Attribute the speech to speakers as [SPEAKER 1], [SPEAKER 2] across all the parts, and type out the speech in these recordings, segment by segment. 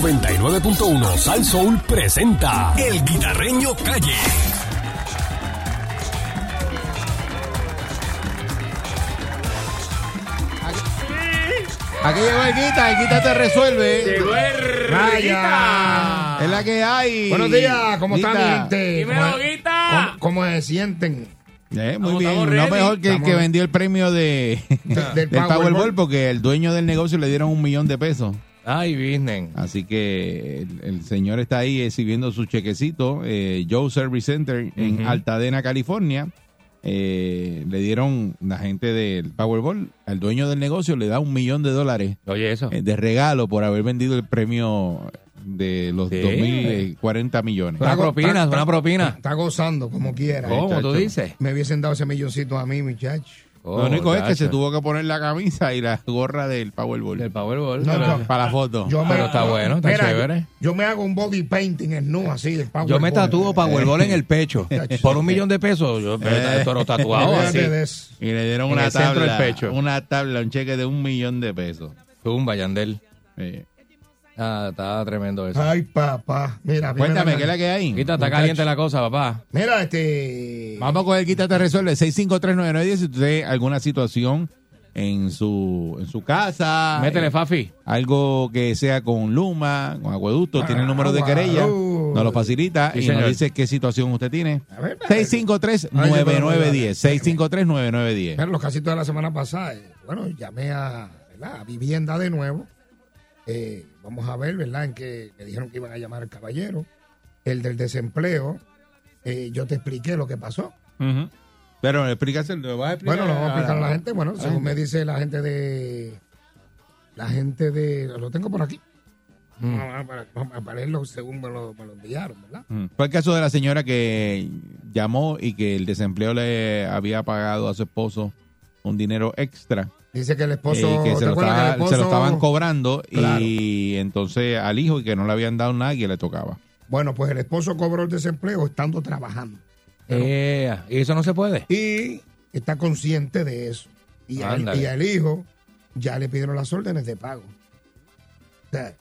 [SPEAKER 1] 99.1 Sal Soul presenta El Guitarreño Calle.
[SPEAKER 2] Aquí llegó el Guita, el Guita te resuelve.
[SPEAKER 3] Llegó el Rayita.
[SPEAKER 2] Es la que hay.
[SPEAKER 4] Buenos días, ¿cómo están mi
[SPEAKER 2] Guita.
[SPEAKER 4] gente?
[SPEAKER 3] Dímelo,
[SPEAKER 4] ¿Cómo-
[SPEAKER 3] Guita.
[SPEAKER 4] ¿Cómo, cómo se sienten?
[SPEAKER 2] Eh, muy
[SPEAKER 3] Estamos- estamos
[SPEAKER 2] bien, no
[SPEAKER 3] ready.
[SPEAKER 2] mejor que el que
[SPEAKER 4] Estamos-
[SPEAKER 2] vendió el premio de,
[SPEAKER 4] Del
[SPEAKER 2] del
[SPEAKER 4] Powerball.
[SPEAKER 2] Powerball porque el dueño del negocio le dieron un millón de pesos.
[SPEAKER 4] Ay, business.
[SPEAKER 2] Así que el, el señor está ahí recibiendo su chequecito. eh, Joe Service Center en
[SPEAKER 4] Ujú.
[SPEAKER 2] Altadena, California. Eh, le dieron la gente del Powerball, al dueño del negocio le da un millón de dólares
[SPEAKER 3] Oye, eso.
[SPEAKER 2] eh, de regalo por haber vendido el premio de los
[SPEAKER 3] Sí.
[SPEAKER 2] 2040 millones.
[SPEAKER 3] Una propina, una propina.
[SPEAKER 4] Está gozando, como quiera. ¿eh?
[SPEAKER 3] ¿Cómo tú
[SPEAKER 2] chacho.
[SPEAKER 3] dices?
[SPEAKER 4] Me hubiesen dado ese milloncito a mí, muchacho.
[SPEAKER 2] Lo único es que se
[SPEAKER 3] chacho.
[SPEAKER 2] tuvo que poner la camisa y la gorra del Powerball.
[SPEAKER 3] Del Powerball.
[SPEAKER 4] No,
[SPEAKER 3] pero-
[SPEAKER 4] no.
[SPEAKER 2] para la foto.
[SPEAKER 3] Pero está bueno, está chévere.
[SPEAKER 4] Yo me hago un body painting en nu así del Powerball.
[SPEAKER 3] Yo me tatúo Powerball en el pecho. Por un millón de pesos. Yo
[SPEAKER 2] Eh.
[SPEAKER 3] pero tatuado
[SPEAKER 4] Olvídate
[SPEAKER 3] así.
[SPEAKER 4] de eso.
[SPEAKER 2] Y le dieron
[SPEAKER 3] En
[SPEAKER 2] una
[SPEAKER 3] el centro del
[SPEAKER 2] tabla,
[SPEAKER 3] pecho.
[SPEAKER 2] una tabla, un cheque de un millón de pesos.
[SPEAKER 3] Tumba, Yandel.
[SPEAKER 2] Eh,
[SPEAKER 3] Ah, está tremendo eso.
[SPEAKER 4] Ay, papá. Mira, a mí me
[SPEAKER 2] Cuéntame,
[SPEAKER 4] da-
[SPEAKER 2] ¿qué es la que hay?
[SPEAKER 3] Guita, está caliente la cosa, papá.
[SPEAKER 4] Mira, este.
[SPEAKER 2] Vamos a coger Quítate Resuelve 6539910 si usted tiene alguna situación en su en su casa.
[SPEAKER 3] Métele,
[SPEAKER 2] eh,
[SPEAKER 3] Fafi.
[SPEAKER 2] algo que sea con Luma, con Acueducto, tiene el número de
[SPEAKER 4] Agua,
[SPEAKER 2] querella,
[SPEAKER 4] uh.
[SPEAKER 2] nos lo facilita
[SPEAKER 3] Sí,
[SPEAKER 2] y
[SPEAKER 3] señor.
[SPEAKER 2] nos dice qué situación usted tiene.
[SPEAKER 4] A ver, espérate.
[SPEAKER 2] 653-9910.
[SPEAKER 4] Pero
[SPEAKER 2] 653-9910.
[SPEAKER 4] los casitos de la semana pasada, eh, bueno, llamé a, ¿verdad? a vivienda de nuevo. Eh, vamos a ver, ¿verdad? En que me dijeron que iban a llamar al caballero, el del desempleo. Eh, yo te expliqué lo que pasó.
[SPEAKER 2] Ujú. Pero explícaselo, ¿lo vas a explicar?
[SPEAKER 4] Bueno, lo vamos a explicar a la
[SPEAKER 2] ahora?
[SPEAKER 4] gente. Bueno, según me dice la gente de. La gente de. Lo tengo por aquí. Vamos a- Para, vamos a leerlo según me lo, me lo enviaron, ¿verdad?
[SPEAKER 2] Mm. Fue el caso de la señora que llamó y que el desempleo le había pagado a su esposo un dinero extra
[SPEAKER 4] Dice que el
[SPEAKER 2] eh,
[SPEAKER 4] esposo.
[SPEAKER 2] que,
[SPEAKER 4] ¿te
[SPEAKER 2] se lo,
[SPEAKER 4] acuerdas que el
[SPEAKER 2] estaba- se lo
[SPEAKER 4] esposo-
[SPEAKER 2] estaban cobrando
[SPEAKER 4] Claro.
[SPEAKER 2] y entonces al hijo y que no le habían dado nada y que le tocaba.
[SPEAKER 4] Bueno, pues el esposo cobró el desempleo estando trabajando.
[SPEAKER 3] Eh, ¿Y eso no se puede?
[SPEAKER 4] y está consciente de eso. Y, al,
[SPEAKER 3] Ándale.
[SPEAKER 4] y al hijo ya le pidieron las órdenes de pago. O sea,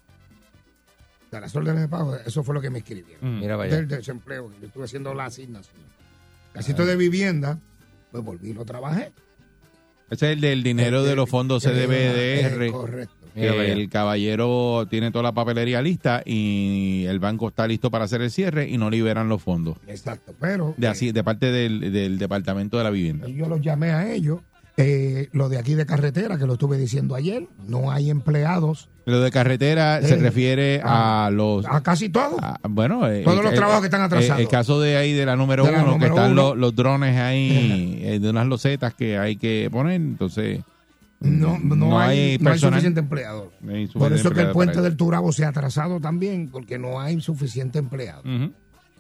[SPEAKER 4] o sea, las órdenes de pago, eso fue lo que me
[SPEAKER 2] Mm,
[SPEAKER 4] escribieron.
[SPEAKER 3] Mira, vaya.
[SPEAKER 4] Del desempleo, yo estuve haciendo la asignación. Casito de vivienda, pues volví y lo trabajé.
[SPEAKER 2] Ese es el del dinero de los fondos
[SPEAKER 4] Eh, eh,
[SPEAKER 2] CDBDR.
[SPEAKER 4] Correcto.
[SPEAKER 3] Mira,
[SPEAKER 2] que
[SPEAKER 3] vaya.
[SPEAKER 2] el caballero tiene toda la papelería lista y el banco está listo para hacer el cierre y no liberan los fondos
[SPEAKER 4] Exacto, pero... eh,
[SPEAKER 2] de así de parte del, del departamento de la vivienda.
[SPEAKER 4] Y yo los llamé a ellos. Eh, lo de aquí de carretera, que lo estuve diciendo ayer, no hay empleados.
[SPEAKER 2] Lo de carretera se
[SPEAKER 4] Eh,
[SPEAKER 2] refiere a los
[SPEAKER 4] A casi todos.
[SPEAKER 2] Pues, Ah, bueno, eh,
[SPEAKER 4] Ah. Todos
[SPEAKER 2] el-
[SPEAKER 4] los
[SPEAKER 2] el-
[SPEAKER 4] trabajos que están atrasados.
[SPEAKER 2] El, el caso de ahí de la número
[SPEAKER 4] De la
[SPEAKER 2] uno, que
[SPEAKER 4] número
[SPEAKER 2] están
[SPEAKER 4] uno.
[SPEAKER 2] Los, los drones ahí, eh, de unas losetas que hay que poner, entonces
[SPEAKER 4] No, no, hay, no hay
[SPEAKER 2] Mm, personal.
[SPEAKER 4] suficiente empleador.
[SPEAKER 2] No hay
[SPEAKER 4] Por
[SPEAKER 2] suficiente
[SPEAKER 4] eso que el
[SPEAKER 2] empleado
[SPEAKER 4] puente
[SPEAKER 2] para
[SPEAKER 4] del Turabo se ha atrasado también, porque no hay suficiente empleado.
[SPEAKER 2] Ujú.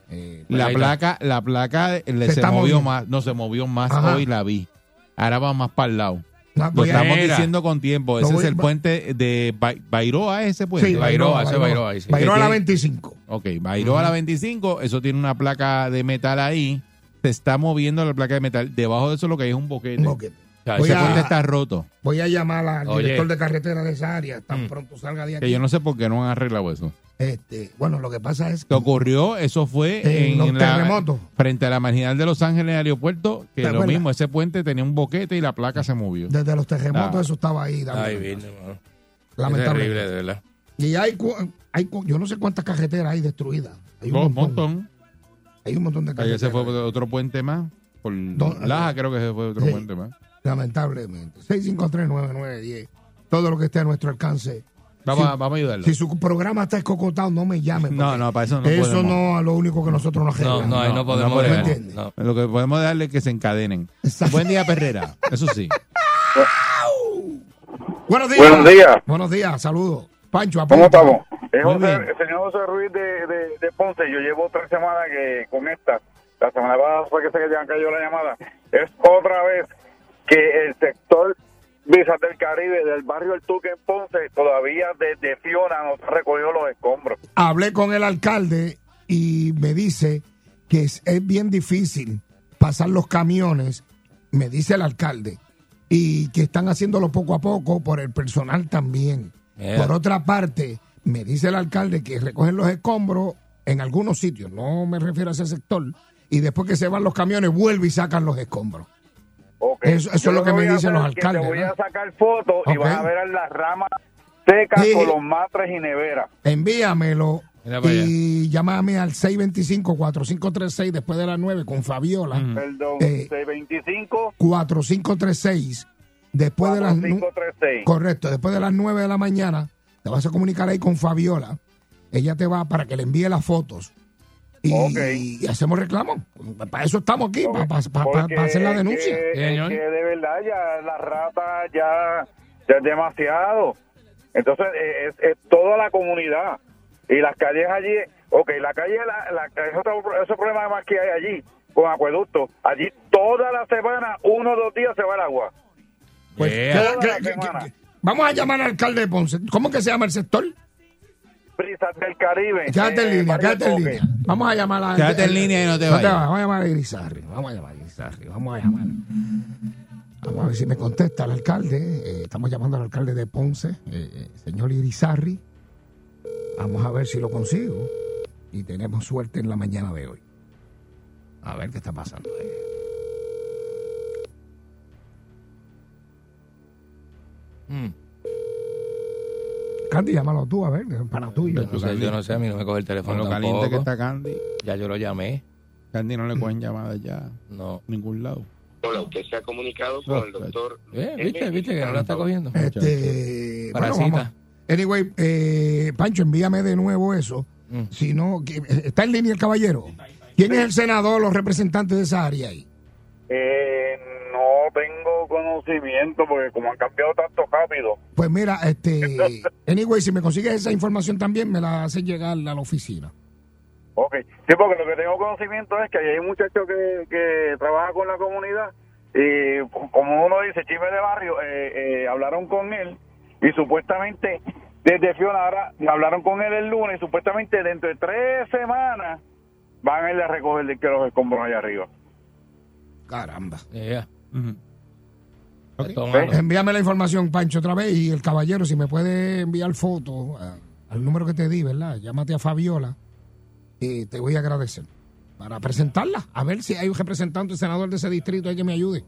[SPEAKER 4] Eh,
[SPEAKER 2] La
[SPEAKER 3] Ahí está.
[SPEAKER 2] placa, la placa eh, le
[SPEAKER 4] Se
[SPEAKER 2] se
[SPEAKER 4] está
[SPEAKER 2] movió
[SPEAKER 4] moviendo.
[SPEAKER 2] más, no se movió más
[SPEAKER 4] Ajá. Ah,
[SPEAKER 2] hoy la vi. Ahora va más para el lado.
[SPEAKER 4] no,
[SPEAKER 2] Lo
[SPEAKER 4] voy a-
[SPEAKER 2] estamos
[SPEAKER 3] Mira.
[SPEAKER 2] diciendo con tiempo.
[SPEAKER 4] Lo
[SPEAKER 2] Ese
[SPEAKER 4] voy-
[SPEAKER 2] es el puente de Ba- Bairoa, ese puente.
[SPEAKER 4] sí,
[SPEAKER 3] Bairoa,
[SPEAKER 4] Bairoa,
[SPEAKER 3] ese Bairoa
[SPEAKER 4] Bairoa,
[SPEAKER 3] ahí, sí.
[SPEAKER 4] Bairoa a la
[SPEAKER 2] Que-
[SPEAKER 4] 25.
[SPEAKER 2] Ok, Bairro a la 25, eso tiene una placa de metal ahí. Se está moviendo la placa de metal. Debajo de eso lo que hay es un boquete. Ah,
[SPEAKER 4] Ok.
[SPEAKER 3] Chacho,
[SPEAKER 4] Voy
[SPEAKER 2] Ese
[SPEAKER 4] a-
[SPEAKER 2] puente está roto.
[SPEAKER 4] Voy a llamar al
[SPEAKER 3] Oye.
[SPEAKER 4] director de carretera de esa área, tan
[SPEAKER 3] Mm.
[SPEAKER 4] pronto salga de
[SPEAKER 2] Que
[SPEAKER 4] aquí.
[SPEAKER 2] yo no sé por qué no han arreglado eso.
[SPEAKER 4] Este, bueno, lo que pasa es
[SPEAKER 2] Que
[SPEAKER 4] que
[SPEAKER 2] ocurrió, eso fue
[SPEAKER 4] En
[SPEAKER 2] en,
[SPEAKER 4] los
[SPEAKER 2] la-
[SPEAKER 4] terremotos.
[SPEAKER 2] frente a la marginal de Los Ángeles Aeropuerto, que
[SPEAKER 4] ¿Te
[SPEAKER 2] lo
[SPEAKER 4] acuerdas?
[SPEAKER 2] mismo, ese puente tenía un boquete y la placa se movió.
[SPEAKER 4] desde los terremotos
[SPEAKER 2] Ah.
[SPEAKER 4] eso estaba ahí, David.
[SPEAKER 3] Ay, bien, hermano. Es
[SPEAKER 4] lamentablemente.
[SPEAKER 3] terrible, de verdad.
[SPEAKER 4] Y hay, cu- hay cu- yo no sé cuántas carreteras hay destruidas. Hay
[SPEAKER 2] Dos, un montón.
[SPEAKER 4] Hay un montón de
[SPEAKER 2] Ahí
[SPEAKER 4] carreteras.
[SPEAKER 2] se fue otro puente más. Por
[SPEAKER 4] Dos-
[SPEAKER 2] Laja creo que se fue otro
[SPEAKER 4] Sí.
[SPEAKER 2] puente más.
[SPEAKER 4] Lamentablemente. 6539910. Todo lo que esté a nuestro alcance.
[SPEAKER 2] Vamos,
[SPEAKER 4] Sí.
[SPEAKER 2] a, vamos a ayudarlo.
[SPEAKER 4] Si su programa está escocotado, no me llame.
[SPEAKER 2] No,
[SPEAKER 4] porque
[SPEAKER 2] no, para eso no
[SPEAKER 4] Eso
[SPEAKER 2] podemos.
[SPEAKER 4] no es lo único que nosotros nos
[SPEAKER 3] No, no,
[SPEAKER 2] no,
[SPEAKER 3] ahí no
[SPEAKER 2] no
[SPEAKER 3] podemos
[SPEAKER 2] podemos.
[SPEAKER 3] bregar.
[SPEAKER 4] ¿Entiendes?
[SPEAKER 3] No.
[SPEAKER 2] Lo que podemos darle es que se encadenen. Buen día, Perrera. Eso sí.
[SPEAKER 4] Buenos días.
[SPEAKER 5] Buenos días.
[SPEAKER 4] Buenos días, saludos. Pancho,
[SPEAKER 5] ¿Cómo
[SPEAKER 4] apunta.
[SPEAKER 5] estamos? Es
[SPEAKER 2] Muy
[SPEAKER 5] José-
[SPEAKER 2] bien.
[SPEAKER 5] el señor José Ruiz de, de- de Ponce. Yo llevo tres semanas que con esta. La semana pasada fue que se que cayó la llamada. Es otra vez que el sector Visas del Caribe, del barrio El Tuque en Ponce, todavía desde Fiona nos ha recogido los escombros.
[SPEAKER 4] Hablé con el alcalde y me dice que es, es bien difícil pasar los camiones, me dice el alcalde, y que están haciéndolo poco a poco por el personal también.
[SPEAKER 3] Yeah.
[SPEAKER 4] Por otra parte, Me dice el alcalde que recogen los escombros en algunos sitios, no me refiero a ese sector, y después que se van los camiones vuelve y sacan los escombros.
[SPEAKER 5] Ok.
[SPEAKER 4] Eso- eso es
[SPEAKER 5] Yo
[SPEAKER 4] lo que me
[SPEAKER 5] voy a
[SPEAKER 4] dicen
[SPEAKER 5] hacer
[SPEAKER 4] los
[SPEAKER 5] es que
[SPEAKER 4] alcaldes,
[SPEAKER 5] Te voy
[SPEAKER 4] ¿no?
[SPEAKER 5] a sacar fotos y
[SPEAKER 4] Ok.
[SPEAKER 5] vas a ver a las ramas secas
[SPEAKER 4] Sí.
[SPEAKER 5] con los matres y neveras.
[SPEAKER 4] Envíamelo
[SPEAKER 3] Mira para
[SPEAKER 4] y llámame al 625-4536 después de las 9 con Fabiola.
[SPEAKER 3] Mm.
[SPEAKER 5] Perdón,
[SPEAKER 4] Eh,
[SPEAKER 5] 625
[SPEAKER 4] 4536 después de las nu-
[SPEAKER 5] 4536.
[SPEAKER 4] correcto, después de las 9 de la mañana te vas a comunicar ahí con Fabiola. Ella te va para que le envíe las fotos. Y,
[SPEAKER 5] Ok.
[SPEAKER 4] y hacemos reclamo. Para eso estamos aquí, para,
[SPEAKER 5] Porque
[SPEAKER 4] hacer la
[SPEAKER 5] es
[SPEAKER 4] denuncia.
[SPEAKER 5] que-
[SPEAKER 3] Sí,
[SPEAKER 5] es
[SPEAKER 3] señor.
[SPEAKER 5] que de verdad ya la rata ya, ya es demasiado. Entonces eh, es, es toda la comunidad. Y las calles allí, ok, la calle, la, la, es otro, es otro problema más que hay allí, con acueducto. Allí toda la semana, uno o dos días se va el agua.
[SPEAKER 4] Pues,
[SPEAKER 3] Yeah.
[SPEAKER 4] queda-
[SPEAKER 5] Toda la
[SPEAKER 4] que- que-
[SPEAKER 5] semana.
[SPEAKER 4] que- vamos a llamar al alcalde de Ponce. ¿Cómo que se llama el sector?
[SPEAKER 5] Brisas del Caribe.
[SPEAKER 4] Quédate en
[SPEAKER 5] eh,
[SPEAKER 4] línea,
[SPEAKER 5] Barrio
[SPEAKER 4] quédate en
[SPEAKER 5] Toque.
[SPEAKER 4] línea. Vamos a llamar a
[SPEAKER 2] Quédate en línea y no te vayas.
[SPEAKER 4] Vamos a llamar a Irizarry. Vamos a llamar a Irizarry. Vamos a llamar. Vamos a ver si me contesta el alcalde. Eh, estamos llamando al alcalde de Ponce, eh, eh, señor Irizarry. Vamos a ver si lo consigo. Y tenemos suerte en la mañana de hoy. A ver qué está pasando. ahí.
[SPEAKER 3] Mm.
[SPEAKER 4] Candy, llámalo tú, a ver, para tuyo.
[SPEAKER 3] Tú sabes, yo no sé, a mí no me coge el
[SPEAKER 2] Con
[SPEAKER 3] teléfono
[SPEAKER 2] lo
[SPEAKER 3] tampoco.
[SPEAKER 2] caliente que está Candy.
[SPEAKER 3] Ya yo lo llamé.
[SPEAKER 2] Candy no le cogen llamadas ya a
[SPEAKER 3] No.
[SPEAKER 2] ningún lado.
[SPEAKER 6] Hola, usted se ha comunicado con el doctor.
[SPEAKER 3] Eh, ¿Viste? ¿Viste que no la está cogiendo?
[SPEAKER 4] Este, bueno,
[SPEAKER 3] Parasita.
[SPEAKER 4] vamos. Anyway, eh, Pancho, envíame de nuevo eso.
[SPEAKER 3] Mm.
[SPEAKER 4] Si no, que- ¿está en línea el caballero? ¿Quién es el senador, los representantes de esa área ahí?
[SPEAKER 5] Eh, no tengo conocimiento porque como han cambiado tanto rápido.
[SPEAKER 4] Pues mira, este, anyway, si me consigues esa información también, me la haces llegar a la oficina.
[SPEAKER 5] Ok, sí, porque lo que tengo conocimiento es que ahí hay un muchacho que, que trabaja con la comunidad y como uno dice, chisme de barrio, eh, eh, hablaron con él y supuestamente desde Fiona ahora hablaron con él el lunes y supuestamente dentro de tres semanas van a ir a recoger de que los escombros allá arriba.
[SPEAKER 4] Caramba.
[SPEAKER 3] Ya.
[SPEAKER 2] Ujú. Ok.
[SPEAKER 3] Está tomando.
[SPEAKER 4] Envíame la información, Pancho, otra vez. Y el caballero, si me puede enviar fotos a- al número que te di, ¿verdad? Llámate a Fabiola. Y te voy a agradecer. Para presentarla. A ver si hay un representante, senador de ese distrito, hay que me ayude.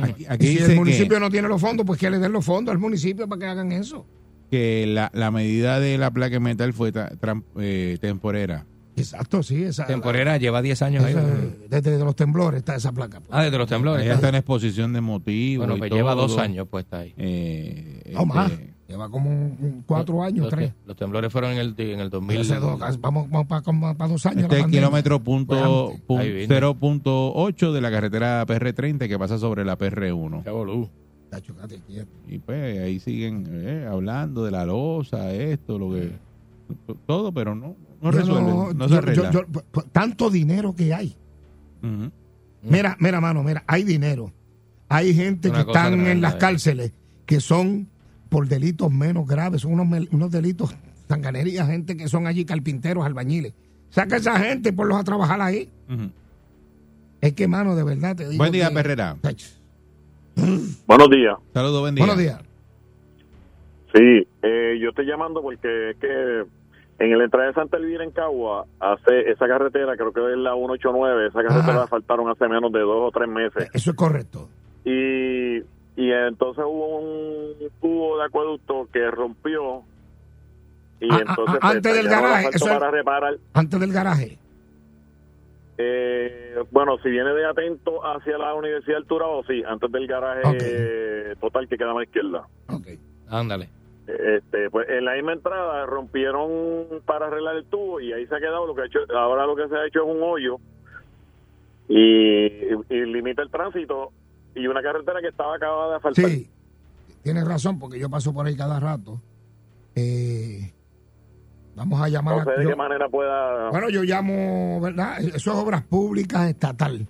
[SPEAKER 2] Aquí,
[SPEAKER 4] Y
[SPEAKER 2] aquí
[SPEAKER 4] si
[SPEAKER 2] dice
[SPEAKER 4] el
[SPEAKER 2] que-
[SPEAKER 4] municipio no tiene los fondos, pues que le den los fondos al municipio para que hagan eso.
[SPEAKER 2] que la, la medida de la placa de metal fue tra- tram- eh, temporera.
[SPEAKER 4] Exacto, sí. Esa,
[SPEAKER 3] Temporera lleva 10 años
[SPEAKER 4] esa-
[SPEAKER 3] ahí.
[SPEAKER 4] desde los temblores está esa placa. pues.
[SPEAKER 3] Ah, desde los temblores.
[SPEAKER 2] Ella está en exposición de motivos.
[SPEAKER 3] Bueno,
[SPEAKER 2] y
[SPEAKER 3] pues lleva
[SPEAKER 2] todo.
[SPEAKER 3] dos años puesta ahí.
[SPEAKER 2] Eh,
[SPEAKER 4] No
[SPEAKER 2] este,
[SPEAKER 4] más. Lleva como un- un cuatro
[SPEAKER 3] Los-
[SPEAKER 4] años,
[SPEAKER 3] los,
[SPEAKER 4] tres.
[SPEAKER 3] Los temblores fueron en el, en el 2000.
[SPEAKER 4] Hace dos, vamos para dos años.
[SPEAKER 2] Este
[SPEAKER 4] la
[SPEAKER 2] es el
[SPEAKER 4] pandemia.
[SPEAKER 2] kilómetro punto,
[SPEAKER 4] Fue antes.
[SPEAKER 2] pun-
[SPEAKER 3] Ahí viene.
[SPEAKER 2] 0.8 de la carretera PR30 que pasa sobre la PR1.
[SPEAKER 3] Qué bolú.
[SPEAKER 4] Tacho, cállate quieto.
[SPEAKER 2] Y pues ahí siguen eh, hablando de la losa, esto, lo que... Todo, pero no, no
[SPEAKER 4] Yo
[SPEAKER 2] resuelven, no, se
[SPEAKER 4] yo-
[SPEAKER 2] arregla.
[SPEAKER 4] yo- yo- p- p- tanto dinero que hay.
[SPEAKER 2] Ujú. Mm.
[SPEAKER 4] Mira, mira, mano, mira, hay dinero. Hay gente
[SPEAKER 3] Una
[SPEAKER 4] que
[SPEAKER 3] cosa
[SPEAKER 4] están en
[SPEAKER 3] tremenda,
[SPEAKER 4] las
[SPEAKER 3] eh.
[SPEAKER 4] cárceles que son por delitos menos graves, son unos, mel- unos delitos sanganerías, gente que son allí carpinteros, albañiles. Saca a esa gente y ponlos a trabajar ahí.
[SPEAKER 2] Ujú.
[SPEAKER 4] Es que, mano, de verdad te digo.
[SPEAKER 2] Buen día,
[SPEAKER 4] que-
[SPEAKER 2] Perrera.
[SPEAKER 4] Tacho,
[SPEAKER 7] Buenos días.
[SPEAKER 2] Saludos, buen día.
[SPEAKER 4] Buenos días.
[SPEAKER 7] Sí, eh, yo estoy llamando porque es que en el entrada de Santa Elvira en Cagua, hace esa carretera, creo que es la 189, esa carretera
[SPEAKER 4] Ajá.
[SPEAKER 7] la asfaltaron hace menos de dos o tres meses.
[SPEAKER 4] Eso es correcto.
[SPEAKER 7] Y, y entonces hubo un tubo de acueducto que rompió. Y
[SPEAKER 4] Ah, ah,
[SPEAKER 7] entonces.
[SPEAKER 4] ah,
[SPEAKER 7] pues,
[SPEAKER 4] antes del
[SPEAKER 7] tallaron el
[SPEAKER 4] garaje,
[SPEAKER 7] asfalto
[SPEAKER 4] eso es-
[SPEAKER 7] Para reparar.
[SPEAKER 4] Antes del garaje.
[SPEAKER 7] Eh, bueno, si viene de atento hacia la Universidad del Turabo, sí, antes del garaje
[SPEAKER 4] Ok.
[SPEAKER 7] eh, total que queda a la izquierda.
[SPEAKER 4] Ok.
[SPEAKER 3] Ándale.
[SPEAKER 7] este pues en la misma entrada rompieron para arreglar el tubo y ahí se ha quedado lo que ha hecho ahora lo que se ha hecho es un hoyo y, y limita el tránsito y una carretera que estaba acabada de asfaltar
[SPEAKER 4] Sí, tienes razón, porque yo paso por ahí cada rato. Eh, vamos a llamar
[SPEAKER 7] no
[SPEAKER 4] a-
[SPEAKER 7] sé de
[SPEAKER 4] yo-
[SPEAKER 7] qué manera pueda
[SPEAKER 4] Bueno, yo llamo, ¿verdad? Eso es obras públicas estatal.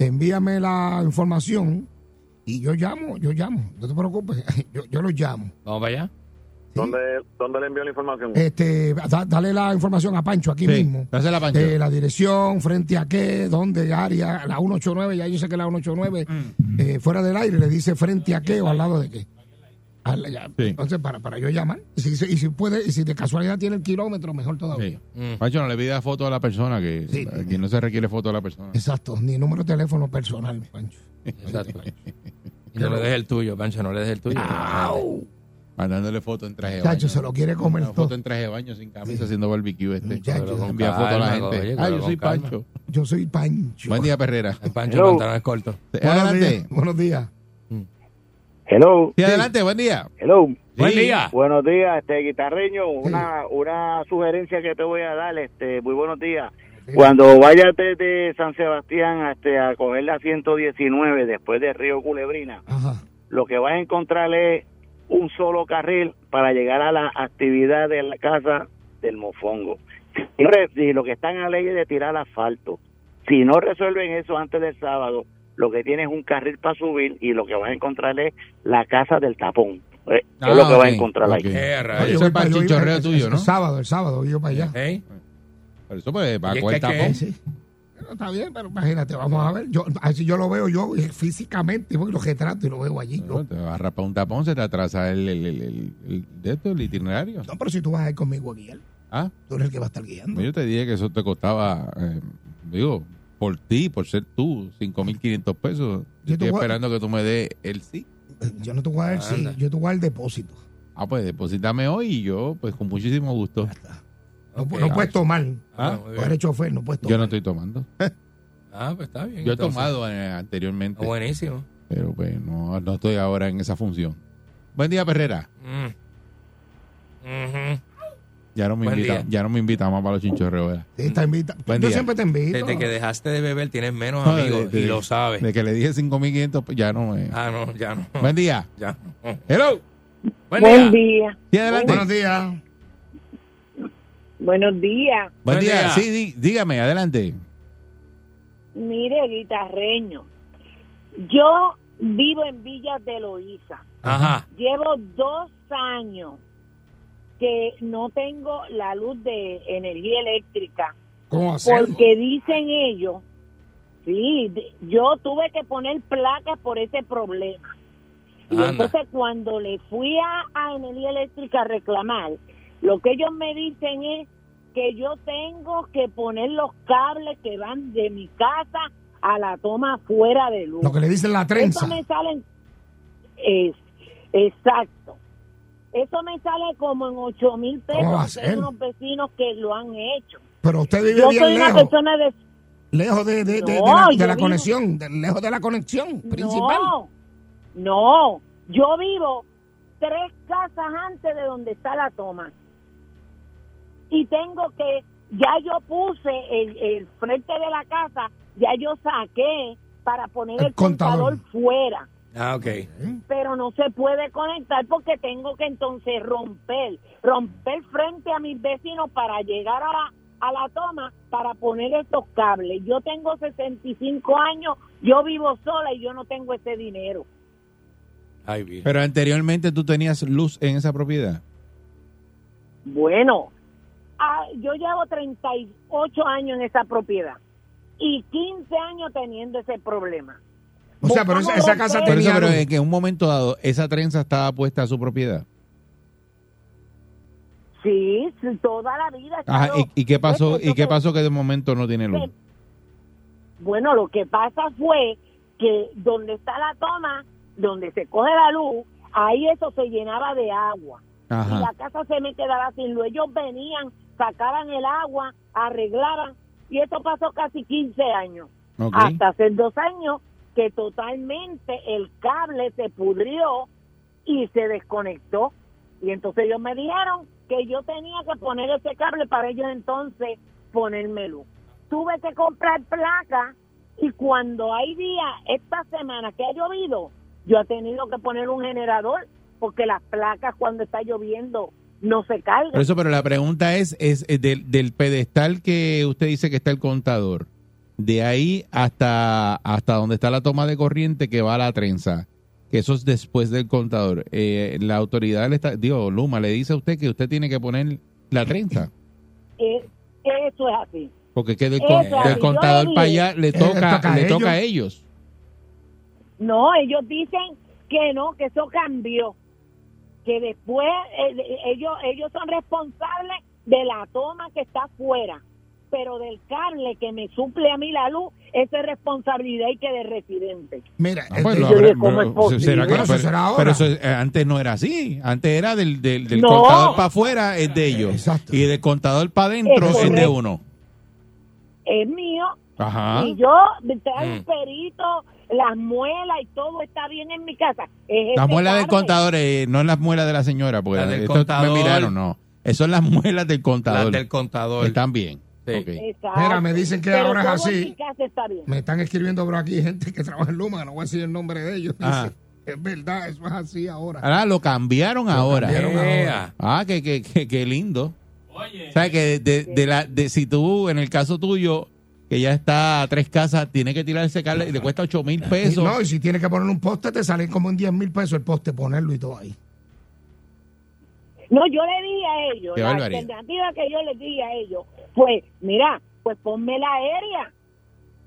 [SPEAKER 4] Envíame la información y yo llamo, yo llamo. No te preocupes, yo, yo lo llamo.
[SPEAKER 3] Vamos para allá.
[SPEAKER 4] ¿sí?
[SPEAKER 7] dónde dónde le envió la información
[SPEAKER 4] Este, da- dale la información a Pancho aquí
[SPEAKER 2] Sí,
[SPEAKER 4] mismo.
[SPEAKER 2] dásela a Pancho.
[SPEAKER 4] Eh, la dirección, frente a qué, dónde, área, la
[SPEAKER 2] Mm.
[SPEAKER 4] 189, ya yo sé que la 189, eh, fuera del aire, le dice frente a qué o al lado de qué. Ah, la- ya.
[SPEAKER 2] Sí.
[SPEAKER 4] Entonces, para, para yo llamar. Y si, y si puede, y si de casualidad tiene el kilómetro, mejor todavía.
[SPEAKER 2] Sí.
[SPEAKER 3] Mm.
[SPEAKER 2] Pacho, no le pida foto a la persona, que
[SPEAKER 4] Sí.
[SPEAKER 2] aquí no se requiere foto a la persona.
[SPEAKER 4] Exacto, ni número de teléfono personal, Pancho.
[SPEAKER 3] Exacto. Y no le des el tuyo, Pancho, no le des el tuyo.
[SPEAKER 2] Mandándole foto en traje de baño.
[SPEAKER 4] Chacho, se lo quiere comer
[SPEAKER 2] Una
[SPEAKER 4] todo.
[SPEAKER 2] foto en traje de baño sin camisa haciendo barbecue este.
[SPEAKER 4] Muchacho. Pero con
[SPEAKER 2] Envía foto a la
[SPEAKER 3] calma,
[SPEAKER 2] gente.
[SPEAKER 3] oye,
[SPEAKER 2] ah,
[SPEAKER 3] pero
[SPEAKER 2] yo
[SPEAKER 3] con
[SPEAKER 2] soy
[SPEAKER 3] calma.
[SPEAKER 2] Pancho.
[SPEAKER 4] Yo soy Pancho.
[SPEAKER 2] Buen día, Perrera.
[SPEAKER 3] El Pancho,
[SPEAKER 8] Hello.
[SPEAKER 3] pantalones cortos.
[SPEAKER 4] Buenos
[SPEAKER 2] Adelante.
[SPEAKER 4] días. Buenos días.
[SPEAKER 8] Hello,
[SPEAKER 2] Sí, adelante, buen día.
[SPEAKER 8] hello.
[SPEAKER 3] Buen día.
[SPEAKER 8] Buenos días, este guitarreño. Una, una sugerencia que te voy a dar, este, muy buenos días. Cuando vayas desde San Sebastián hasta a coger la 119 después de Río Culebrina,
[SPEAKER 4] Ajá.
[SPEAKER 8] lo que vas a encontrar es un solo carril para llegar a la actividad de la casa del mofongo. Señores, si lo que están a ley es de tirar asfalto, si no resuelven eso antes del sábado, lo que tienes es un carril para subir y lo que vas a encontrar es la casa del tapón. Eh,
[SPEAKER 3] Ah,
[SPEAKER 8] es lo que vas
[SPEAKER 3] ok,
[SPEAKER 8] a encontrar ahí.
[SPEAKER 2] ok.
[SPEAKER 3] Qué
[SPEAKER 4] No, yo
[SPEAKER 3] rayo.
[SPEAKER 2] Eso
[SPEAKER 4] voy
[SPEAKER 2] es para el
[SPEAKER 4] yo voy
[SPEAKER 2] chinchorreo
[SPEAKER 4] el-
[SPEAKER 2] tuyo,
[SPEAKER 4] el
[SPEAKER 2] ¿no?
[SPEAKER 4] sábado, el sábado, voy yo para allá.
[SPEAKER 3] ¿Eh?
[SPEAKER 2] Pero eso pues va
[SPEAKER 3] Y este
[SPEAKER 2] a
[SPEAKER 3] es
[SPEAKER 2] coger
[SPEAKER 3] que-
[SPEAKER 2] tapón.
[SPEAKER 3] que-
[SPEAKER 4] Sí. Pero está bien, pero imagínate, vamos a ver. Yo, así yo lo veo yo eh, físicamente, voy y lo retrato y lo veo allí.
[SPEAKER 2] No,
[SPEAKER 4] yo.
[SPEAKER 2] te va a rapar un tapón, se te atrasa el, el, el, el- el- de esto, el itinerario.
[SPEAKER 4] No, pero si tú vas a ir conmigo a guiar,
[SPEAKER 2] Ah, pues
[SPEAKER 4] tú eres el que va a estar guiando.
[SPEAKER 2] yo te dije que eso te costaba, eh, digo, por ti, por ser tú, 5.500 pesos.
[SPEAKER 4] Yo te
[SPEAKER 2] Yo estoy
[SPEAKER 4] voy a-
[SPEAKER 2] esperando que tú me des el sí.
[SPEAKER 4] Yo no te voy a dar, sí,
[SPEAKER 3] Anda.
[SPEAKER 4] yo te voy a dar depósito.
[SPEAKER 2] Ah, pues deposítame hoy y yo, pues con muchísimo gusto.
[SPEAKER 4] No,
[SPEAKER 3] Ok.
[SPEAKER 4] no puedes tomar.
[SPEAKER 3] Ah,
[SPEAKER 4] Tú
[SPEAKER 3] muy bien.
[SPEAKER 4] eres chofer, no puedes tomar.
[SPEAKER 2] Yo no estoy tomando.
[SPEAKER 3] Ah, pues está bien.
[SPEAKER 2] Yo he
[SPEAKER 3] entonces.
[SPEAKER 2] tomado eh, anteriormente,
[SPEAKER 3] Buenísimo.
[SPEAKER 2] pero pues no, no estoy ahora en esa función. Buen día, Perrera.
[SPEAKER 3] Mm. Ujú.
[SPEAKER 2] Ya no me
[SPEAKER 3] Buen
[SPEAKER 2] invita,
[SPEAKER 3] día.
[SPEAKER 2] ya no me invita más para los chinchorreos. ¿verdad?
[SPEAKER 4] Sí, te invita-
[SPEAKER 2] Buen
[SPEAKER 4] Yo
[SPEAKER 2] día.
[SPEAKER 4] siempre te invito.
[SPEAKER 3] Desde que dejaste de beber tienes menos
[SPEAKER 2] No,
[SPEAKER 3] amigos
[SPEAKER 2] Ah, de- de-
[SPEAKER 3] y lo sabes.
[SPEAKER 2] De que le dije 5.500, pues ya no. eh.
[SPEAKER 3] Ah, no, ya no.
[SPEAKER 2] Buen día.
[SPEAKER 3] Ya. no.
[SPEAKER 2] Hello.
[SPEAKER 3] Buen
[SPEAKER 9] Buen
[SPEAKER 3] día.
[SPEAKER 9] día.
[SPEAKER 2] Sí, adelante.
[SPEAKER 4] Buenos días.
[SPEAKER 9] Buenos días.
[SPEAKER 2] Buen
[SPEAKER 3] Buen
[SPEAKER 2] día.
[SPEAKER 3] día.
[SPEAKER 2] Sí, di- dígame, adelante.
[SPEAKER 9] Mire, guitarreño. Yo vivo en Villa de Loíza.
[SPEAKER 3] Ajá.
[SPEAKER 9] Llevo dos años que no tengo la luz de energía eléctrica.
[SPEAKER 4] ¿Cómo hacer?
[SPEAKER 9] Porque dicen ellos, sí, de- yo tuve que poner placas por ese problema. Y
[SPEAKER 3] Anda.
[SPEAKER 9] entonces cuando le fui a, a energía eléctrica a reclamar, lo que ellos me dicen es que yo tengo que poner los cables que van de mi casa a la toma fuera de luz.
[SPEAKER 4] Lo que le dicen la trenza.
[SPEAKER 9] Eso me sale, es, exacto. Eso me sale como en 8 mil
[SPEAKER 4] ¿Cómo va a
[SPEAKER 9] pesos.
[SPEAKER 4] ser?
[SPEAKER 9] Tengo unos vecinos que lo han hecho.
[SPEAKER 4] Pero usted vive
[SPEAKER 9] Yo
[SPEAKER 4] bien
[SPEAKER 9] soy una
[SPEAKER 4] lejos.
[SPEAKER 9] persona de
[SPEAKER 4] Lejos de, de- de- de
[SPEAKER 9] No,
[SPEAKER 4] la, de
[SPEAKER 9] yo
[SPEAKER 4] la
[SPEAKER 9] vivo-
[SPEAKER 4] conexión. de- lejos de la conexión principal.
[SPEAKER 9] No, no. Yo vivo tres casas antes de donde está la toma. Y tengo que, ya yo puse el, el frente de la casa, ya yo saqué para poner
[SPEAKER 4] El
[SPEAKER 9] el,
[SPEAKER 4] contador.
[SPEAKER 9] contador fuera
[SPEAKER 3] Ah, ok.
[SPEAKER 9] pero no se puede conectar porque tengo que entonces romper, romper frente a mis vecinos para llegar a la, a la toma para poner estos cables. Yo tengo 65 años, yo vivo sola y yo no tengo ese dinero.
[SPEAKER 3] Ay, bien.
[SPEAKER 2] Pero anteriormente tú tenías luz en esa propiedad.
[SPEAKER 9] Bueno, ah, yo llevo 38 años en esa propiedad y 15 años teniendo ese problema.
[SPEAKER 4] O sea, pero esa,
[SPEAKER 9] Buscamos
[SPEAKER 4] esa casa
[SPEAKER 9] romper-
[SPEAKER 2] Por eso,
[SPEAKER 4] tenía
[SPEAKER 2] pero eh,
[SPEAKER 4] luz.
[SPEAKER 2] en que en un momento dado esa trenza estaba puesta a su propiedad.
[SPEAKER 9] Sí, sí, toda la vida.
[SPEAKER 2] Ajá,
[SPEAKER 9] claro.
[SPEAKER 2] ¿y, y qué pasó?
[SPEAKER 9] Esto
[SPEAKER 2] ¿Y qué
[SPEAKER 9] que-
[SPEAKER 2] pasó que de momento no tiene luz?
[SPEAKER 9] Eh, Bueno, lo que pasa fue que donde está la toma, donde se coge la luz, ahí eso se llenaba de agua. Y
[SPEAKER 2] Ajá.
[SPEAKER 9] la casa se me quedaba sin luz. Ellos venían, sacaban el agua, arreglaban. Y eso pasó casi 15 años.
[SPEAKER 2] Ok.
[SPEAKER 4] Ah,
[SPEAKER 9] Hasta hace dos años que totalmente el cable se pudrió y se desconectó. Y entonces ellos me dijeron que yo tenía que poner ese cable para ellos entonces ponerme luz. Tuve que comprar placa y cuando hay día, esta semana que ha llovido, yo he tenido que poner un generador porque las placas cuando está lloviendo no se
[SPEAKER 2] Por
[SPEAKER 9] cargan.
[SPEAKER 2] eso, pero la pregunta es, es eh, del, del pedestal que usted dice que está el contador, de ahí hasta, hasta donde está la toma de corriente que va a la trenza, que eso es después del contador. Eh, la autoridad le está, digo, Luma, le dice a usted que usted tiene que poner la trenza,
[SPEAKER 9] Eh, eso es así.
[SPEAKER 2] porque que del,
[SPEAKER 9] Eso,
[SPEAKER 2] con-
[SPEAKER 9] yo
[SPEAKER 2] del
[SPEAKER 9] le
[SPEAKER 2] contador
[SPEAKER 9] dije.
[SPEAKER 2] para allá le
[SPEAKER 4] Eh,
[SPEAKER 2] toca,
[SPEAKER 4] toca a
[SPEAKER 2] le
[SPEAKER 4] ellos.
[SPEAKER 2] toca a ellos.
[SPEAKER 9] No, ellos dicen que no, que eso cambió. que después eh, de- ellos ellos son responsables de la toma que está afuera, pero del cable que me suple a mí la luz, esa es responsabilidad y que de residente.
[SPEAKER 4] Mira,
[SPEAKER 2] Ah, pues,
[SPEAKER 4] este-
[SPEAKER 2] lo
[SPEAKER 9] Yo
[SPEAKER 2] habrá-
[SPEAKER 9] digo, ¿cómo es
[SPEAKER 2] pero-
[SPEAKER 9] posible?
[SPEAKER 2] será que-
[SPEAKER 4] Bueno, eso
[SPEAKER 2] pero-
[SPEAKER 4] será ahora.
[SPEAKER 2] pero eso, eh, antes no era así. Antes era del, del, del
[SPEAKER 9] No.
[SPEAKER 2] contador para afuera es de ellos.
[SPEAKER 4] Exacto.
[SPEAKER 2] Y del contador para adentro
[SPEAKER 9] Es
[SPEAKER 2] es, de
[SPEAKER 9] correcto.
[SPEAKER 2] uno.
[SPEAKER 9] Es mío
[SPEAKER 2] Ajá.
[SPEAKER 9] y yo
[SPEAKER 2] Mm.
[SPEAKER 9] traigo un perito, las muelas y todo está bien en mi casa. Es
[SPEAKER 2] Las
[SPEAKER 9] este
[SPEAKER 2] muelas del
[SPEAKER 9] cable.
[SPEAKER 2] contador, eh, no es las muelas de la señora, porque
[SPEAKER 3] Las del
[SPEAKER 2] esto
[SPEAKER 3] contador.
[SPEAKER 2] me miraron, no. Esas son las muelas del
[SPEAKER 3] Las
[SPEAKER 2] contador.
[SPEAKER 3] del contador.
[SPEAKER 2] Están bien.
[SPEAKER 3] Sí.
[SPEAKER 2] Ok.
[SPEAKER 9] Exacto.
[SPEAKER 4] Mira, me dicen que
[SPEAKER 9] Pero
[SPEAKER 4] ahora es
[SPEAKER 9] todo
[SPEAKER 4] así.
[SPEAKER 9] en mi casa está bien.
[SPEAKER 4] Me están escribiendo, bro, aquí gente que trabaja en Luma, no voy a decir el nombre de ellos.
[SPEAKER 2] Ah.
[SPEAKER 4] Dice, es verdad, eso es así ahora.
[SPEAKER 2] Ahora lo cambiaron ahora.
[SPEAKER 4] cambiaron.
[SPEAKER 3] Ea.
[SPEAKER 2] Ah, qué, qué, qué, qué lindo. O sea, que de, de- de la, de, si tú, en el caso tuyo, que ya está a tres casas, tiene que tirar ese cable y le cuesta ocho mil
[SPEAKER 4] Y
[SPEAKER 2] pesos.
[SPEAKER 4] no, y si tienes que poner un poste, te sale como en 10 mil pesos el poste, ponerlo y todo ahí.
[SPEAKER 9] No, yo le di a ellos,
[SPEAKER 2] Qué
[SPEAKER 9] la
[SPEAKER 2] barbaridad.
[SPEAKER 9] alternativa que yo les di a ellos pues mira, pues ponme la aérea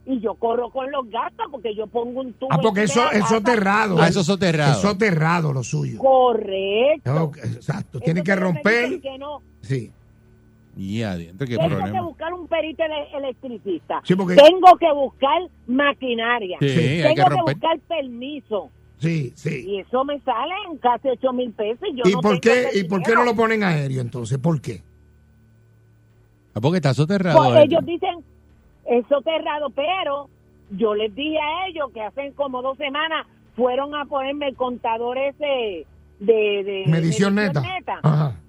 [SPEAKER 9] y yo corro con los gastos porque yo pongo un tubo.
[SPEAKER 4] Ah, porque
[SPEAKER 9] encima
[SPEAKER 4] eso,
[SPEAKER 9] de la
[SPEAKER 4] eso es
[SPEAKER 9] casa.
[SPEAKER 4] terrado.
[SPEAKER 2] Ah, eso es soterrado.
[SPEAKER 4] Eso es terrado, lo suyo.
[SPEAKER 9] Correcto.
[SPEAKER 4] No, exacto, tiene
[SPEAKER 9] Eso
[SPEAKER 4] que
[SPEAKER 9] te lo
[SPEAKER 4] romper.
[SPEAKER 9] dicen que no.
[SPEAKER 4] Sí.
[SPEAKER 2] Y adiante, qué
[SPEAKER 9] Tengo que
[SPEAKER 2] problema.
[SPEAKER 9] buscar un perito ele- electricista.
[SPEAKER 4] Sí, porque-
[SPEAKER 9] Tengo que buscar maquinaria.
[SPEAKER 2] Sí, hay que
[SPEAKER 9] Tengo que
[SPEAKER 2] romper.
[SPEAKER 9] buscar permiso.
[SPEAKER 4] Sí, sí.
[SPEAKER 9] Y eso me sale en casi 8 mil pesos. Y, yo
[SPEAKER 4] ¿Y
[SPEAKER 9] no
[SPEAKER 4] por
[SPEAKER 9] tengo
[SPEAKER 4] qué
[SPEAKER 9] ese
[SPEAKER 4] y por qué no
[SPEAKER 9] dinero.
[SPEAKER 4] lo ponen aéreo entonces? ¿Por qué?
[SPEAKER 2] Ah, porque está soterrado.
[SPEAKER 9] Pues
[SPEAKER 2] eh.
[SPEAKER 9] ellos dicen, es soterrado, pero yo les dije a ellos que hace como dos semanas fueron a ponerme el contador ese de... de
[SPEAKER 4] Medición neta. Ah. Ajá.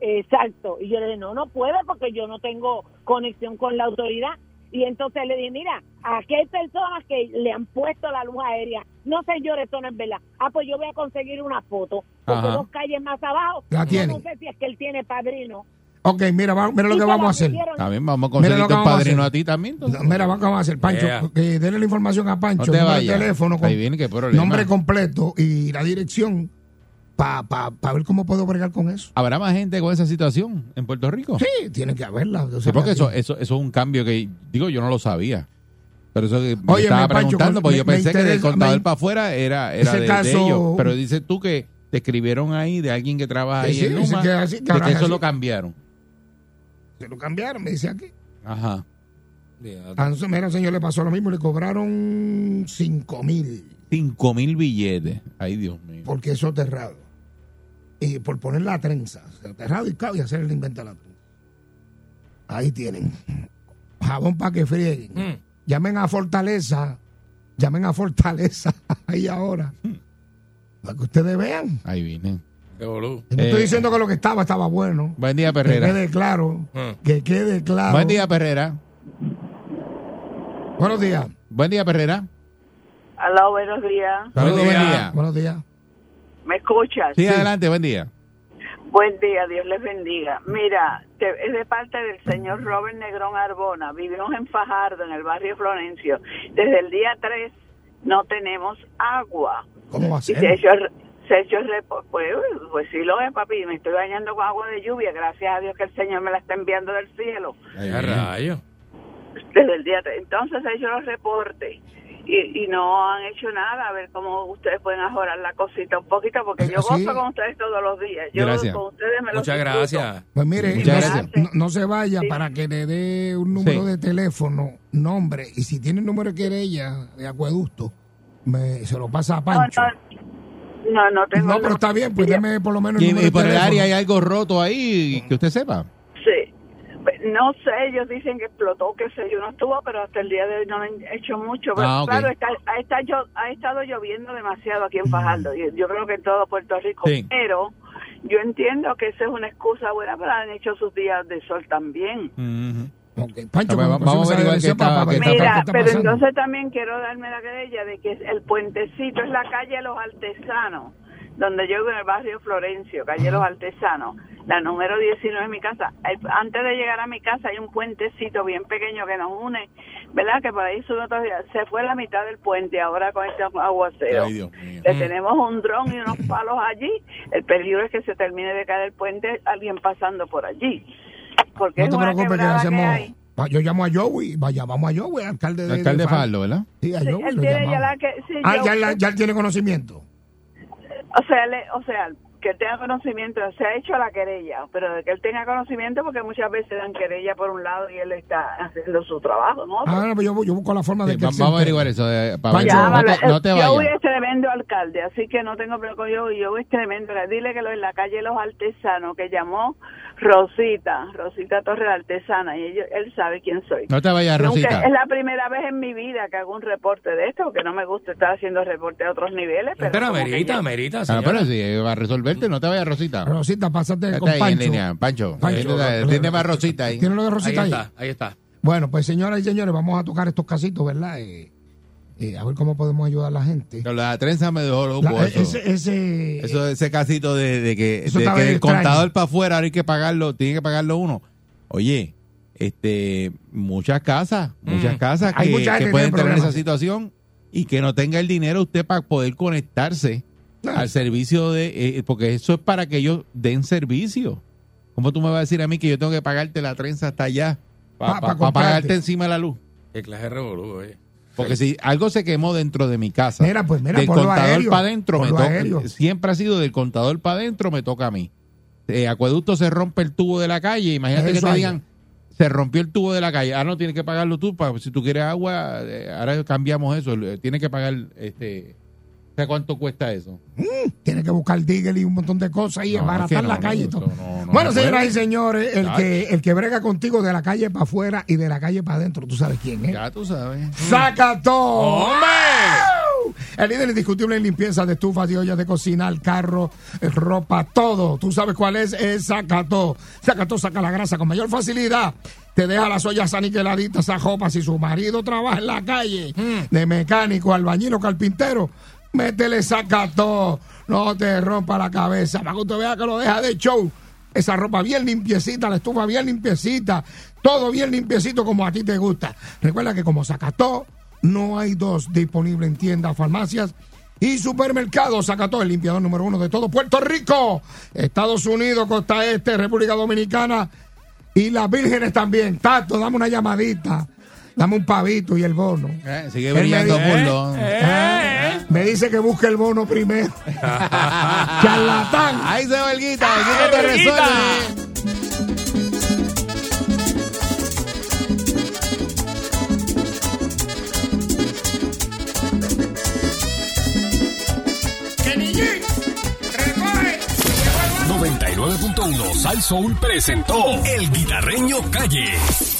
[SPEAKER 9] Exacto. Y yo le dije, no, no puede porque yo no tengo conexión con la autoridad. Y entonces le dije, mira, aquí hay personas que le han puesto la luz aérea. No, señores, eso no es verdad. Ah, pues yo voy a conseguir una foto. Porque
[SPEAKER 2] Ajá.
[SPEAKER 9] dos calles más abajo,
[SPEAKER 4] La
[SPEAKER 9] yo no
[SPEAKER 4] tienen.
[SPEAKER 9] sé si es que él tiene padrino.
[SPEAKER 4] Ok, mira, va- mira lo
[SPEAKER 9] Y
[SPEAKER 4] que
[SPEAKER 9] se
[SPEAKER 4] vamos
[SPEAKER 9] la
[SPEAKER 4] a hacer.
[SPEAKER 9] pusieron
[SPEAKER 2] También vamos a
[SPEAKER 4] Mira lo
[SPEAKER 2] conseguir
[SPEAKER 4] que
[SPEAKER 2] un
[SPEAKER 4] vamos a
[SPEAKER 2] padrino
[SPEAKER 4] hacer.
[SPEAKER 2] a ti también. entonces.
[SPEAKER 4] Mira, vamos a hacer, Pancho.
[SPEAKER 3] Yeah.
[SPEAKER 4] eh, dele la información a Pancho.
[SPEAKER 2] No te
[SPEAKER 4] número de
[SPEAKER 2] vayas.
[SPEAKER 4] teléfono, con-
[SPEAKER 2] Ahí viene, qué problema.
[SPEAKER 4] nombre completo y la dirección para pa, pa ver cómo puedo bregar con eso.
[SPEAKER 2] ¿Habrá más gente con esa situación en Puerto Rico?
[SPEAKER 4] Sí, tiene que haberla. o sea,
[SPEAKER 2] Sí, porque
[SPEAKER 4] la-
[SPEAKER 2] eso, eso, eso es un cambio que, digo, yo no lo sabía. Pero eso que me
[SPEAKER 4] Óyeme,
[SPEAKER 2] estaba
[SPEAKER 4] Pancho,
[SPEAKER 2] preguntando,
[SPEAKER 4] con-
[SPEAKER 2] porque
[SPEAKER 4] me-
[SPEAKER 2] yo
[SPEAKER 4] me
[SPEAKER 2] pensé que del
[SPEAKER 4] interesa-
[SPEAKER 2] contador
[SPEAKER 4] me-
[SPEAKER 2] para afuera era, era
[SPEAKER 4] Ese
[SPEAKER 2] de, de
[SPEAKER 4] caso-
[SPEAKER 2] ellos. Pero dices tú que te escribieron ahí de alguien que trabaja
[SPEAKER 4] Sí,
[SPEAKER 2] ahí
[SPEAKER 4] sí,
[SPEAKER 2] en
[SPEAKER 4] dice
[SPEAKER 2] Luma,
[SPEAKER 4] que así, que
[SPEAKER 2] de
[SPEAKER 4] ahora
[SPEAKER 2] que
[SPEAKER 4] es
[SPEAKER 2] eso
[SPEAKER 4] así.
[SPEAKER 2] lo cambiaron.
[SPEAKER 4] Se lo cambiaron, me dice aquí.
[SPEAKER 2] Ajá.
[SPEAKER 4] A un mero señor le pasó lo mismo, le cobraron 5 mil
[SPEAKER 2] Cinco mil billetes. Ay, Dios mío.
[SPEAKER 4] porque eso terrado. Y por poner la trenza, terrado y cabo y hacer el invento de la trenza. Ahí tienen. Jabón para que frieguen.
[SPEAKER 3] Mm.
[SPEAKER 4] Llamen a Fortaleza. Llamen a Fortaleza ahí ahora. Para que ustedes vean.
[SPEAKER 2] Ahí viene.
[SPEAKER 3] Qué boludo.
[SPEAKER 4] Yo No
[SPEAKER 2] Eh.
[SPEAKER 4] estoy diciendo que lo que estaba estaba bueno.
[SPEAKER 2] Buen día,
[SPEAKER 4] Que
[SPEAKER 2] Perrera.
[SPEAKER 4] quede claro.
[SPEAKER 3] Mm.
[SPEAKER 4] Que quede claro.
[SPEAKER 2] Buen día, Perrera.
[SPEAKER 4] Buenos días.
[SPEAKER 2] Buen día, Perrera.
[SPEAKER 10] Aló, Oh, buenos días.
[SPEAKER 2] Saludos,
[SPEAKER 3] Buen
[SPEAKER 2] buen
[SPEAKER 3] día.
[SPEAKER 2] día.
[SPEAKER 4] Buenos días.
[SPEAKER 10] ¿Me escuchas?
[SPEAKER 2] Sí, adelante, buen día.
[SPEAKER 10] Buen día, Dios les bendiga. Mira, te- es de parte del señor Robert Negrón Arbona. Vivimos en Fajardo, en el barrio Florencio. Desde el día 3 no tenemos agua.
[SPEAKER 4] ¿Cómo va a
[SPEAKER 10] Y
[SPEAKER 4] ser?
[SPEAKER 10] se ha hecho, re- se ha hecho re- pues, pues sí lo es, papi. Me estoy bañando con agua de lluvia. Gracias a Dios que el Señor me la está enviando del cielo.
[SPEAKER 2] Ahí
[SPEAKER 3] Qué
[SPEAKER 2] viene.
[SPEAKER 3] rayo.
[SPEAKER 10] desde el día tre- entonces he hecho los reportes y, y no han hecho nada a ver cómo ustedes pueden mejorar la cosita un poquito porque yo
[SPEAKER 4] Ah, sí.
[SPEAKER 10] gozo con ustedes todos los días yo
[SPEAKER 2] Gracias.
[SPEAKER 10] con ustedes me los
[SPEAKER 3] Muchas
[SPEAKER 10] disfruto.
[SPEAKER 3] gracias.
[SPEAKER 4] Pues mire,
[SPEAKER 2] Muchas
[SPEAKER 4] no,
[SPEAKER 2] gracias.
[SPEAKER 4] se- no- no se vaya
[SPEAKER 10] Sí.
[SPEAKER 4] para que le dé un número
[SPEAKER 2] Sí.
[SPEAKER 4] de teléfono, nombre, y si tiene el número de querella de acueducto, me, se lo pasa a
[SPEAKER 10] no,
[SPEAKER 4] Pancho.
[SPEAKER 10] no, no, no tengo
[SPEAKER 4] No,
[SPEAKER 10] el
[SPEAKER 4] pero está bien, pues deme por lo menos el
[SPEAKER 2] Y,
[SPEAKER 4] número
[SPEAKER 2] y por
[SPEAKER 4] de
[SPEAKER 2] el
[SPEAKER 4] teléfono.
[SPEAKER 2] área hay algo roto ahí, que usted sepa.
[SPEAKER 10] Sí. No sé, ellos dicen que explotó, que sé yo, no estuvo, pero hasta el día de hoy no han hecho mucho. Pero
[SPEAKER 2] Ah, ok.
[SPEAKER 10] claro, está, ha, está llo- ha estado lloviendo demasiado aquí en Fajardo, y yo creo que en todo Puerto Rico.
[SPEAKER 2] Sí.
[SPEAKER 10] Pero yo entiendo que esa es una excusa buena, pero han hecho sus días de sol también.
[SPEAKER 4] Ok, Pancho,
[SPEAKER 2] Ah, pues,
[SPEAKER 4] cuando
[SPEAKER 2] vamos a
[SPEAKER 4] consigas
[SPEAKER 2] averiguar
[SPEAKER 4] esa
[SPEAKER 2] qué está- qué
[SPEAKER 4] dirección, papá,
[SPEAKER 2] está-
[SPEAKER 4] papá,
[SPEAKER 10] Mira,
[SPEAKER 4] ¿qué está
[SPEAKER 10] pero
[SPEAKER 4] pasando?
[SPEAKER 10] entonces también quiero darme la querella de que el puentecito es la calle Los Artesanos, donde yo vivo en el barrio Florencio, calle Los Artesanos, la número 19 de mi casa. El- antes de llegar a mi casa hay un puentecito bien pequeño que nos une, ¿verdad? Que por ahí sube otro día. Se fue la mitad del puente ahora con este aguacero.
[SPEAKER 2] Ay, Dios mío.
[SPEAKER 4] Mm.
[SPEAKER 10] Le tenemos un dron y unos palos allí. El peligro es que se termine de caer el puente alguien pasando por allí. Porque
[SPEAKER 4] No
[SPEAKER 10] es
[SPEAKER 4] te
[SPEAKER 10] una
[SPEAKER 4] preocupes que
[SPEAKER 10] quebrada que
[SPEAKER 4] hacemos...
[SPEAKER 10] hay.
[SPEAKER 4] pa- Yo llamo a Joey, vaya, vamos a Joey, alcalde de...
[SPEAKER 2] Alcalde
[SPEAKER 4] de Fajardo.
[SPEAKER 2] Faldo, ¿verdad?
[SPEAKER 4] Sí, a
[SPEAKER 10] Sí,
[SPEAKER 4] Joey
[SPEAKER 10] él
[SPEAKER 4] lo
[SPEAKER 10] tiene ya
[SPEAKER 4] llamamos.
[SPEAKER 10] la que- sí,
[SPEAKER 4] Ah,
[SPEAKER 10] yo-
[SPEAKER 4] ya, la- ya él tiene conocimiento.
[SPEAKER 10] O sea, le- o sea, que él tenga conocimiento, se ha hecho la querella, pero de que él tenga conocimiento, porque muchas veces dan querella por un lado y él está haciendo su trabajo, ¿no?
[SPEAKER 4] Ah, no, pero yo, yo busco la forma de
[SPEAKER 2] Sí,
[SPEAKER 4] que él
[SPEAKER 2] va-
[SPEAKER 4] se
[SPEAKER 2] vamos a
[SPEAKER 4] entere.
[SPEAKER 2] averiguar eso. eh, para ver.
[SPEAKER 10] Ya,
[SPEAKER 2] no
[SPEAKER 10] vale.
[SPEAKER 2] te, no te
[SPEAKER 10] Yo
[SPEAKER 2] vayas.
[SPEAKER 10] es tremendo alcalde, así que no tengo problema con yo. Yo es tremendo. Dile que lo en la calle Los Artesanos, que llamó Rosita, Rosita Torres Artesana, y ello- él sabe quién soy.
[SPEAKER 2] No te vayas,
[SPEAKER 10] Nunca-
[SPEAKER 2] Rosita.
[SPEAKER 10] es la primera vez en mi vida que hago un reporte de esto, porque no me gusta estar haciendo reporte a otros niveles. Pero
[SPEAKER 3] Pero
[SPEAKER 10] como que
[SPEAKER 3] amerita,
[SPEAKER 10] yo-
[SPEAKER 3] amerita.
[SPEAKER 2] Ah,
[SPEAKER 3] señora.
[SPEAKER 2] pero sí, eh, va a resolverte. No te vayas, Rosita.
[SPEAKER 4] Rosita, pásate
[SPEAKER 2] Está
[SPEAKER 4] con
[SPEAKER 2] ahí en
[SPEAKER 4] Pancho.
[SPEAKER 2] línea. Pancho.
[SPEAKER 4] Pancho.
[SPEAKER 2] Tiene la- Tiene más Rosita ahí.
[SPEAKER 4] ¿Tiene lo de
[SPEAKER 3] Ahí
[SPEAKER 4] Rosita ahí?
[SPEAKER 3] está, ahí está.
[SPEAKER 4] Bueno, pues señoras y señores, vamos a tocar estos casitos, ¿verdad? Eh, eh, a ver cómo podemos ayudar a la gente.
[SPEAKER 2] No, La trenza me dejó loco.
[SPEAKER 4] La-
[SPEAKER 2] eso.
[SPEAKER 4] ese, ese-
[SPEAKER 2] Eso, ese casito de, de que,
[SPEAKER 4] Eso
[SPEAKER 2] de
[SPEAKER 4] está
[SPEAKER 2] que
[SPEAKER 4] bien
[SPEAKER 2] el
[SPEAKER 4] extraño.
[SPEAKER 2] contador para afuera ahora hay que pagarlo, tiene que pagarlo uno. Oye, este, muchas casas, muchas
[SPEAKER 3] Mm.
[SPEAKER 2] casas
[SPEAKER 4] Hay
[SPEAKER 2] que,
[SPEAKER 4] mucha gente
[SPEAKER 2] que
[SPEAKER 4] que
[SPEAKER 2] pueden
[SPEAKER 4] tiene
[SPEAKER 2] tener esa
[SPEAKER 4] problemas.
[SPEAKER 2] situación y que no tenga el dinero usted para poder conectarse al servicio de, eh, porque eso es para que ellos den servicio. ¿Cómo tú me vas a decir a mí que yo tengo que pagarte la trenza hasta allá para
[SPEAKER 4] Pa- pa comprarte.
[SPEAKER 2] pagarte encima de la luz?
[SPEAKER 3] Qué clase de revolú, oye.
[SPEAKER 2] Porque si algo se quemó dentro de mi casa,
[SPEAKER 4] Mira, pues mira,
[SPEAKER 2] del
[SPEAKER 4] por lo
[SPEAKER 2] contador
[SPEAKER 4] aéreo.
[SPEAKER 2] para adentro, me
[SPEAKER 4] por lo
[SPEAKER 2] toca-
[SPEAKER 4] aéreo.
[SPEAKER 2] siempre ha sido del contador para adentro, me toca a mí. Eh, acueducto se rompe el tubo de la calle, imagínate que
[SPEAKER 4] Eso
[SPEAKER 2] te
[SPEAKER 4] hay.
[SPEAKER 2] digan, se rompió el tubo de la calle, ah, no, tienes que pagarlo tú, pa- si tú quieres agua, eh, ahora cambiamos eso, eh, tienes que pagar, este, ¿sabes cuánto cuesta eso?
[SPEAKER 4] Tiene que buscar Digel y un montón de cosas y
[SPEAKER 2] No, es
[SPEAKER 4] embaratar
[SPEAKER 2] que no,
[SPEAKER 4] la calle y
[SPEAKER 2] eso
[SPEAKER 4] todo.
[SPEAKER 2] no, no
[SPEAKER 4] bueno,
[SPEAKER 2] se
[SPEAKER 4] señoras
[SPEAKER 2] puede.
[SPEAKER 4] y señores, el
[SPEAKER 2] Chacho.
[SPEAKER 4] que, el que brega contigo de la calle para afuera y de la calle para adentro, tú sabes quién es.
[SPEAKER 2] Ya tú sabes.
[SPEAKER 4] ¡Zacató! ¡Hombre! El líder indiscutible en limpieza de estufas y ollas de cocina, el carro, eh, ropa, todo. Tú sabes cuál es, es Zacató. Zacató saca la grasa con mayor facilidad. Te deja las ollas aniquiladitas, a jopa. Si su marido trabaja en la calle, de mecánico, albañil o carpintero, métele Zacató. No te rompa la cabeza. Para que usted vea que lo deja de show. Esa ropa bien limpiecita, la estufa bien limpiecita, todo bien limpiecito como a ti te gusta. Recuerda que como Zacató, no hay dos disponible en tiendas, farmacias y supermercados. Zacató, el limpiador número uno de todo Puerto Rico, Estados Unidos, Costa Este, República Dominicana y las vírgenes también. Tato, dame una llamadita, dame un pavito y el bono.
[SPEAKER 2] Eh, sigue
[SPEAKER 4] Él me
[SPEAKER 2] brillando
[SPEAKER 4] dice- eh,
[SPEAKER 2] Bulldog.
[SPEAKER 4] Ah, Me dice que busque el bono primero. Charlatán.
[SPEAKER 2] Ahí se va el guita, el guita te resuelve.
[SPEAKER 4] Kenny
[SPEAKER 1] 99.1 Sal Soul presentó El Guitarreño Calle.